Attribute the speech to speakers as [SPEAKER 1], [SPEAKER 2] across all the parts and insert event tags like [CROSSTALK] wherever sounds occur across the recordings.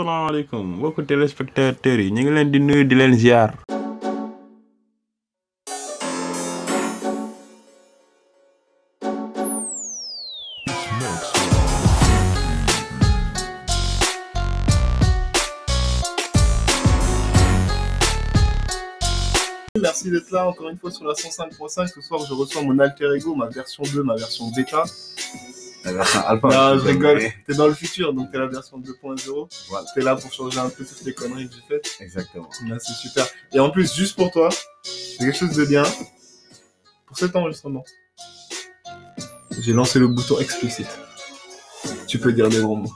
[SPEAKER 1] asalaamaaleykum mbokki téléspectateurs yi ñu ngi leen di nuyu di leen ziar.
[SPEAKER 2] Merci d'être là encore une fois sur la 105.5. Ce soir, je reçois mon alter ego, ma version 2, ma version bêta.
[SPEAKER 3] La version alpha.
[SPEAKER 2] Ah,
[SPEAKER 3] parce
[SPEAKER 2] je
[SPEAKER 3] que
[SPEAKER 2] rigole,
[SPEAKER 3] mais-
[SPEAKER 2] t'es dans le futur, donc t'es la version 2.0.
[SPEAKER 3] Voilà.
[SPEAKER 2] T'es là pour changer un peu toutes les conneries que j'ai faites.
[SPEAKER 3] Exactement.
[SPEAKER 2] Ouais, c'est super. Et en plus, juste pour toi, j'ai quelque chose de bien pour cet enregistrement. J'ai lancé le bouton explicite. Tu peux dire des gros mots.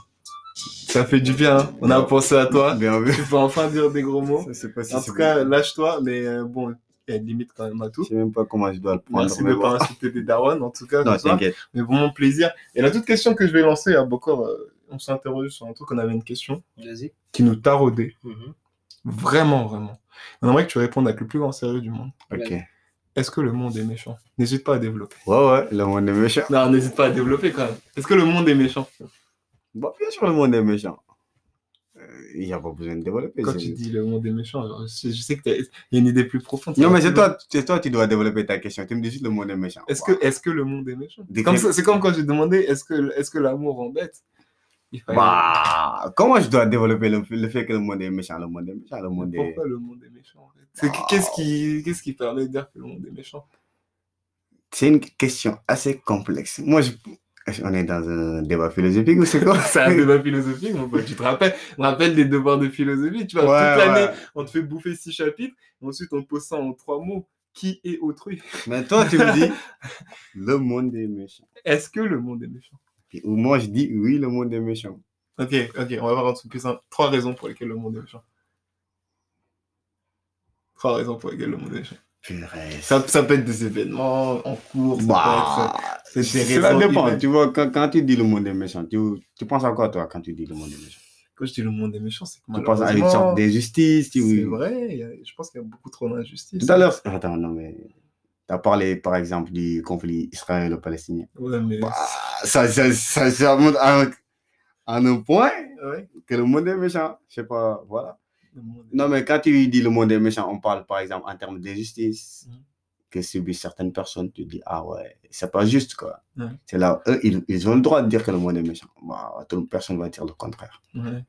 [SPEAKER 2] Ça fait du bien, hein. on a
[SPEAKER 3] Ouais.
[SPEAKER 2] pensé à toi.
[SPEAKER 3] Bien vu.
[SPEAKER 2] Tu peux enfin dire des gros mots.
[SPEAKER 3] Je sais pas si
[SPEAKER 2] En
[SPEAKER 3] c'est
[SPEAKER 2] tout cas,
[SPEAKER 3] bon.
[SPEAKER 2] lâche-toi, mais euh, bon, il y a une limite quand même à
[SPEAKER 3] je
[SPEAKER 2] tout.
[SPEAKER 3] sais même pas comment je dois le prendre.
[SPEAKER 2] Merci
[SPEAKER 3] mais
[SPEAKER 2] de
[SPEAKER 3] bon.
[SPEAKER 2] pas insulter des darons, en tout cas.
[SPEAKER 3] Non,
[SPEAKER 2] ce soir.
[SPEAKER 3] t'inquiète.
[SPEAKER 2] Mais pour mon plaisir. Et la toute question que je vais lancer à Bokor, euh, on s'est interrogé sur un truc, on avait une question
[SPEAKER 4] Vas-y.
[SPEAKER 2] qui nous taraudait.
[SPEAKER 4] Mhm.
[SPEAKER 2] Vraiment, vraiment. On aimerait que tu répondes avec le plus grand sérieux du monde.
[SPEAKER 3] Ok.
[SPEAKER 4] Vas-y.
[SPEAKER 3] Ouais,
[SPEAKER 2] Est-ce que le monde est méchant N'hésite pas à développer.
[SPEAKER 3] ouais, le monde est méchant.
[SPEAKER 2] Non, n'hésite pas à développer quand même. Est-ce que le monde est méchant
[SPEAKER 3] Bon, bien sûr, le monde est méchant. Euh, Il n'y a pas besoin de développer.
[SPEAKER 2] Quand
[SPEAKER 3] c'est-
[SPEAKER 2] tu dis le monde est méchant, genre, je, je sais que t'as- il y a une idée plus profonde. ça
[SPEAKER 3] Non,
[SPEAKER 2] va
[SPEAKER 3] mais c'est
[SPEAKER 2] plus loin.
[SPEAKER 3] toi, c'est toi, tu dois développer ta question. Tu me dis juste le monde est méchant.
[SPEAKER 2] Est-ce que, est que le monde est méchant
[SPEAKER 3] Des
[SPEAKER 2] Comme
[SPEAKER 3] quel-
[SPEAKER 2] ça- C'est comme quand j'ai demandé est-ce que, est que l'amour embête Il fallait-
[SPEAKER 3] Bah, comment je dois développer le, le fait que le monde est méchant Le monde est méchant, le monde est.
[SPEAKER 2] Pourquoi le monde est Ah. méchant en fait C'est que- Qu'est-ce qui, qu'est-ce qui permet de dire que le monde est [LAUGHS] méchant
[SPEAKER 3] C'est une question assez complexe. Moi, je. On est dans un débat philosophique ou c'est quoi
[SPEAKER 2] C'est un débat philosophique, mon pote. Tu te rappelles, on rappelle des devoirs de philosophie. Tu vois,
[SPEAKER 3] Ouais,
[SPEAKER 2] toute l'année,
[SPEAKER 3] ouais.
[SPEAKER 2] on te fait bouffer six chapitres, et ensuite on te pose ça en trois mots qui est autrui
[SPEAKER 3] Mais toi, tu me dis, [LAUGHS] le monde est méchant.
[SPEAKER 2] Est-ce que le monde est méchant
[SPEAKER 3] Et- Ou moi, je dis, oui, le monde est méchant.
[SPEAKER 2] Ok, ok, on va voir un truc plus simple. Trois raisons pour lesquelles le monde est méchant. Trois raisons pour lesquelles le monde est méchant.
[SPEAKER 3] Purée.
[SPEAKER 2] Ça, ça peut être des événements en cours, ça
[SPEAKER 3] Bah,
[SPEAKER 2] peut être euh, c'est des
[SPEAKER 3] cela
[SPEAKER 2] raisons.
[SPEAKER 3] dépend.
[SPEAKER 2] humaines.
[SPEAKER 3] Tu vois, quand, quand tu dis le monde est méchant, tu, tu penses à quoi, toi, quand tu dis le monde est méchant
[SPEAKER 2] Quand je dis le monde est méchant, c'est que
[SPEAKER 3] Tu penses à une sorte d'injustice.
[SPEAKER 2] C'est
[SPEAKER 3] Tu...
[SPEAKER 2] vrai, il y a- je pense qu'il y a beaucoup trop d'injustices.
[SPEAKER 3] Tout à l'heure. Attends, non, mais. Tu as parlé, par exemple, du conflit israélo-palestinien.
[SPEAKER 2] Ouais, mais.
[SPEAKER 3] Ah, Ça, ça, ça, ça monte à, à un point
[SPEAKER 2] Ouais,
[SPEAKER 3] que le monde est méchant. Je sais pas, voilà.
[SPEAKER 2] le monde est-
[SPEAKER 3] Non, mais quand tu dis le monde est méchant, on parle par exemple en termes d'injustice
[SPEAKER 2] Mhm.
[SPEAKER 3] que subissent certaines personnes. Tu dis, ah ouais, c'est pas juste quoi.
[SPEAKER 2] Ouais.
[SPEAKER 3] C'est là, eux, ils, ils ont le droit de dire que le monde est méchant. Bah, toute personne va dire le contraire.
[SPEAKER 2] Ouais.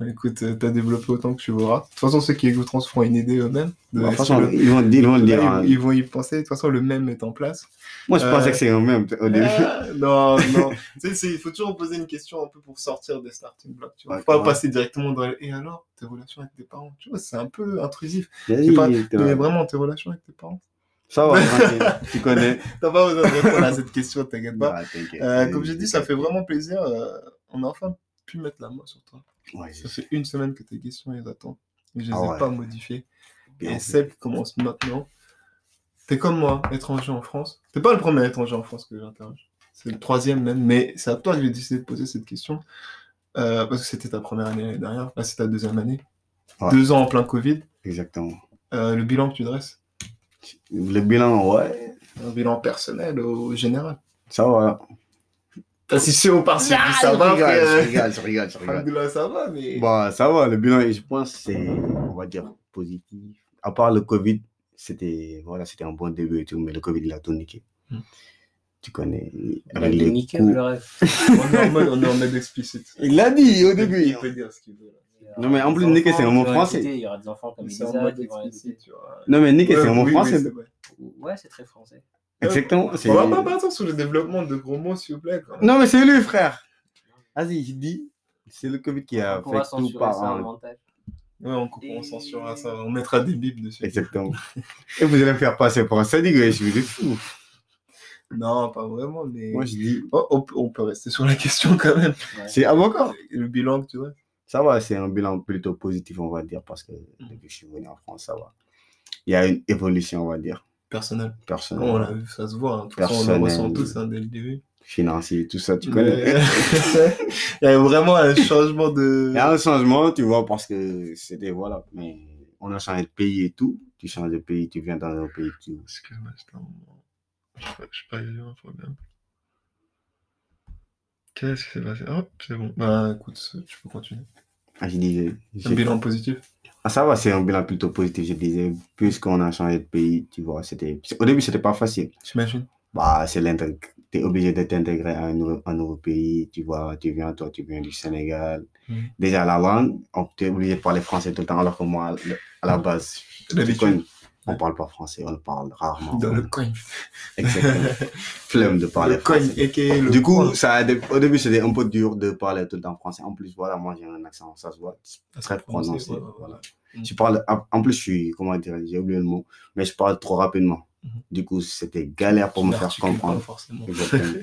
[SPEAKER 2] Bah, écoute, euh, t'as développé autant que tu voudras. De toute façon, ceux qui écouteront se feront une idée eux-mêmes. de-
[SPEAKER 3] Bah, De toute
[SPEAKER 2] est-ce
[SPEAKER 3] façon,
[SPEAKER 2] que le-
[SPEAKER 3] ils vont, ils vont le dire. hein.
[SPEAKER 2] Là, ils, ils vont y penser. De toute façon, le même est en place.
[SPEAKER 3] [LAUGHS] Moi, je
[SPEAKER 2] Euh,
[SPEAKER 3] pensais que c'est eux-mêmes
[SPEAKER 2] [LAUGHS]
[SPEAKER 3] au début.
[SPEAKER 2] Ah, non, non. tu sais, c'est- il faut toujours poser une question un peu pour sortir des starting blocks. Tu vois.
[SPEAKER 3] Ouais,
[SPEAKER 2] faut pas
[SPEAKER 3] ouais.
[SPEAKER 2] passer directement dans le, Et alors, tes relations avec tes parents Tu vois, c'est un peu intrusif.
[SPEAKER 3] Vas-y,
[SPEAKER 2] pas-
[SPEAKER 3] tu
[SPEAKER 2] Mais
[SPEAKER 3] vois.
[SPEAKER 2] vraiment, tes relations avec tes parents [LAUGHS]
[SPEAKER 3] Ça va, tranquille. tu connais.
[SPEAKER 2] T'as pas besoin de répondre à cette question, t'inquiète
[SPEAKER 3] [LAUGHS]
[SPEAKER 2] pas.
[SPEAKER 3] Ah, t'inquiète.
[SPEAKER 2] Euh, comme j'ai dit, ça fait vraiment plaisir. euh, on a enfin pu mettre la main sur toi.
[SPEAKER 3] Ouais,
[SPEAKER 2] Ça fait une semaine que tes questions et les attentes. Et je les
[SPEAKER 3] Ah
[SPEAKER 2] ai
[SPEAKER 3] ouais.
[SPEAKER 2] pas modifiées.
[SPEAKER 3] bien
[SPEAKER 2] et
[SPEAKER 3] fait.
[SPEAKER 2] celles qui commencent maintenant. T'es comme moi, étranger en France. T'es pas le premier étranger en France que j'interroge. C'est le troisième même, mais c'est à toi que j'ai décidé de poser cette question. euh, parce que c'était ta première année l'année dernière, là c'est ta deuxième année.
[SPEAKER 3] Ouais.
[SPEAKER 2] Deux ans en plein Covid.
[SPEAKER 3] Exactement.
[SPEAKER 2] euh, le bilan que tu dresses,
[SPEAKER 3] Le bilan, ouais,
[SPEAKER 2] un bilan personnel au général.
[SPEAKER 3] ça va.
[SPEAKER 2] T'assistais au parti, ça
[SPEAKER 3] Ah, je
[SPEAKER 2] va,
[SPEAKER 3] rigole,
[SPEAKER 2] frère.
[SPEAKER 3] je rigole, je rigole, je rigole.
[SPEAKER 2] Alhamdoulilah, ça va, mais.
[SPEAKER 3] Bah, ça va, le bilan, je pense, c'est, on va dire, positif. À part le Covid, c'était voilà, c'était un bon début et tout, mais le Covid, il a tout niqué.
[SPEAKER 2] Hmm.
[SPEAKER 3] Tu connais,
[SPEAKER 4] Il a
[SPEAKER 3] avec les
[SPEAKER 4] niqué
[SPEAKER 3] coups.
[SPEAKER 4] le rêve.
[SPEAKER 2] on est en mode, on est en mode explicite.
[SPEAKER 3] Il l'a dit [LAUGHS] au début.
[SPEAKER 2] Il peut dire ce qu'il veut. là.
[SPEAKER 3] Non, mais en plus,
[SPEAKER 4] Des
[SPEAKER 3] niquer, c'est un
[SPEAKER 4] enfants
[SPEAKER 3] mot
[SPEAKER 4] qui vont
[SPEAKER 3] français.
[SPEAKER 4] inquiéter, Il y aura des enfants comme
[SPEAKER 2] C'est
[SPEAKER 4] Elisa
[SPEAKER 2] en mode
[SPEAKER 4] qui vont
[SPEAKER 2] explicite,
[SPEAKER 4] inquiéter.
[SPEAKER 2] tu vois.
[SPEAKER 3] Non, mais niquer, c'est un
[SPEAKER 2] Ouais, Euh, oui,
[SPEAKER 3] mot
[SPEAKER 2] oui,
[SPEAKER 3] français.
[SPEAKER 2] c'est vrai.
[SPEAKER 4] Ouais, c'est très français.
[SPEAKER 3] Exactement. c'est-
[SPEAKER 2] On va pas partir sur le développement de gros mots, s'il vous plaît. quand même.
[SPEAKER 3] Non, mais c'est lui, frère. Vas-y, je dis, c'est le Covid qui a
[SPEAKER 4] On pourra
[SPEAKER 3] fait Ah, tout
[SPEAKER 4] censurer
[SPEAKER 3] par
[SPEAKER 4] ça hein. en
[SPEAKER 3] un.
[SPEAKER 4] montage.
[SPEAKER 2] Ouais, on coupe, on censurera ça, on mettra des bips dessus.
[SPEAKER 3] Exactement. Et vous allez me faire passer pour un sadique, je suis de fou.
[SPEAKER 2] Non, pas vraiment, mais.
[SPEAKER 3] Moi, je dis,
[SPEAKER 2] Oh, on, peut- on peut rester sur la question quand même.
[SPEAKER 3] c'est avocat.
[SPEAKER 2] Le bilan que tu vois.
[SPEAKER 3] Ça va, c'est un bilan plutôt positif, on va dire, parce que
[SPEAKER 2] Mm.
[SPEAKER 3] depuis que je suis venu en France, ça va. Il y a une évolution, on va dire,
[SPEAKER 2] Personnel.
[SPEAKER 3] personnelle,
[SPEAKER 2] On l'a vu, ça se voit. hein. De toute façon, on le
[SPEAKER 3] Personnel.
[SPEAKER 2] ressent tous hein, dès le début.
[SPEAKER 3] financière, tout ça, tu
[SPEAKER 2] Mais-
[SPEAKER 3] connais.
[SPEAKER 2] [LAUGHS] Il y a vraiment un changement de.
[SPEAKER 3] Il y a un changement, tu vois, parce que c'était, voilà, mais on a changé de pays et tout. Tu changes de pays, tu viens dans un pays, tu...
[SPEAKER 2] Excuse-moi, bah, c'est un moment. Je sais pas, il y a eu un problème. Qu'est-ce qui s'est passé Hop, c'est bon. Bah écoute, tu peux continuer.
[SPEAKER 3] Ah, je disais.
[SPEAKER 2] Un
[SPEAKER 3] j'ai-
[SPEAKER 2] bilan positif.
[SPEAKER 3] Ah, ça va, c'est un bilan plutôt positif, je disais. Puisqu'on a changé de pays, tu vois, c'était. Au début, c'était pas facile.
[SPEAKER 2] J'imagine.
[SPEAKER 3] Bah, c'est l'intégr- T'es obligé de t'intégrer à un nouveau, un nouveau pays, tu vois, tu viens, toi, tu viens du Sénégal.
[SPEAKER 2] Mhm.
[SPEAKER 3] Déjà, la langue, on t'es obligé de parler français tout le temps, alors que moi, le- à la base, du
[SPEAKER 2] Mm. D'habitude.
[SPEAKER 3] coin, on parle pas français, on le parle rarement.
[SPEAKER 2] Dans le coin.
[SPEAKER 3] Exactement.
[SPEAKER 2] [LAUGHS]
[SPEAKER 3] Flemme de parler
[SPEAKER 2] le coin,
[SPEAKER 3] français.
[SPEAKER 2] aka le
[SPEAKER 3] Du coup,
[SPEAKER 2] coin.
[SPEAKER 3] ça a dé- au début, c'était un peu dur de parler tout le temps français. En plus, voilà, moi, j'ai un accent, ça se voit, c'est très prononcé.
[SPEAKER 2] ouais, ouais, ouais.
[SPEAKER 3] voilà.
[SPEAKER 2] Mm.
[SPEAKER 3] Je parle, en en plus, je suis, comment dire, j'ai oublié le mot, mais je parle trop rapidement.
[SPEAKER 2] Mhm.
[SPEAKER 3] Du coup, c'était galère pour
[SPEAKER 2] Tu
[SPEAKER 3] me faire
[SPEAKER 2] n'articules pas
[SPEAKER 3] comprendre.
[SPEAKER 2] forcément.
[SPEAKER 3] Exactement.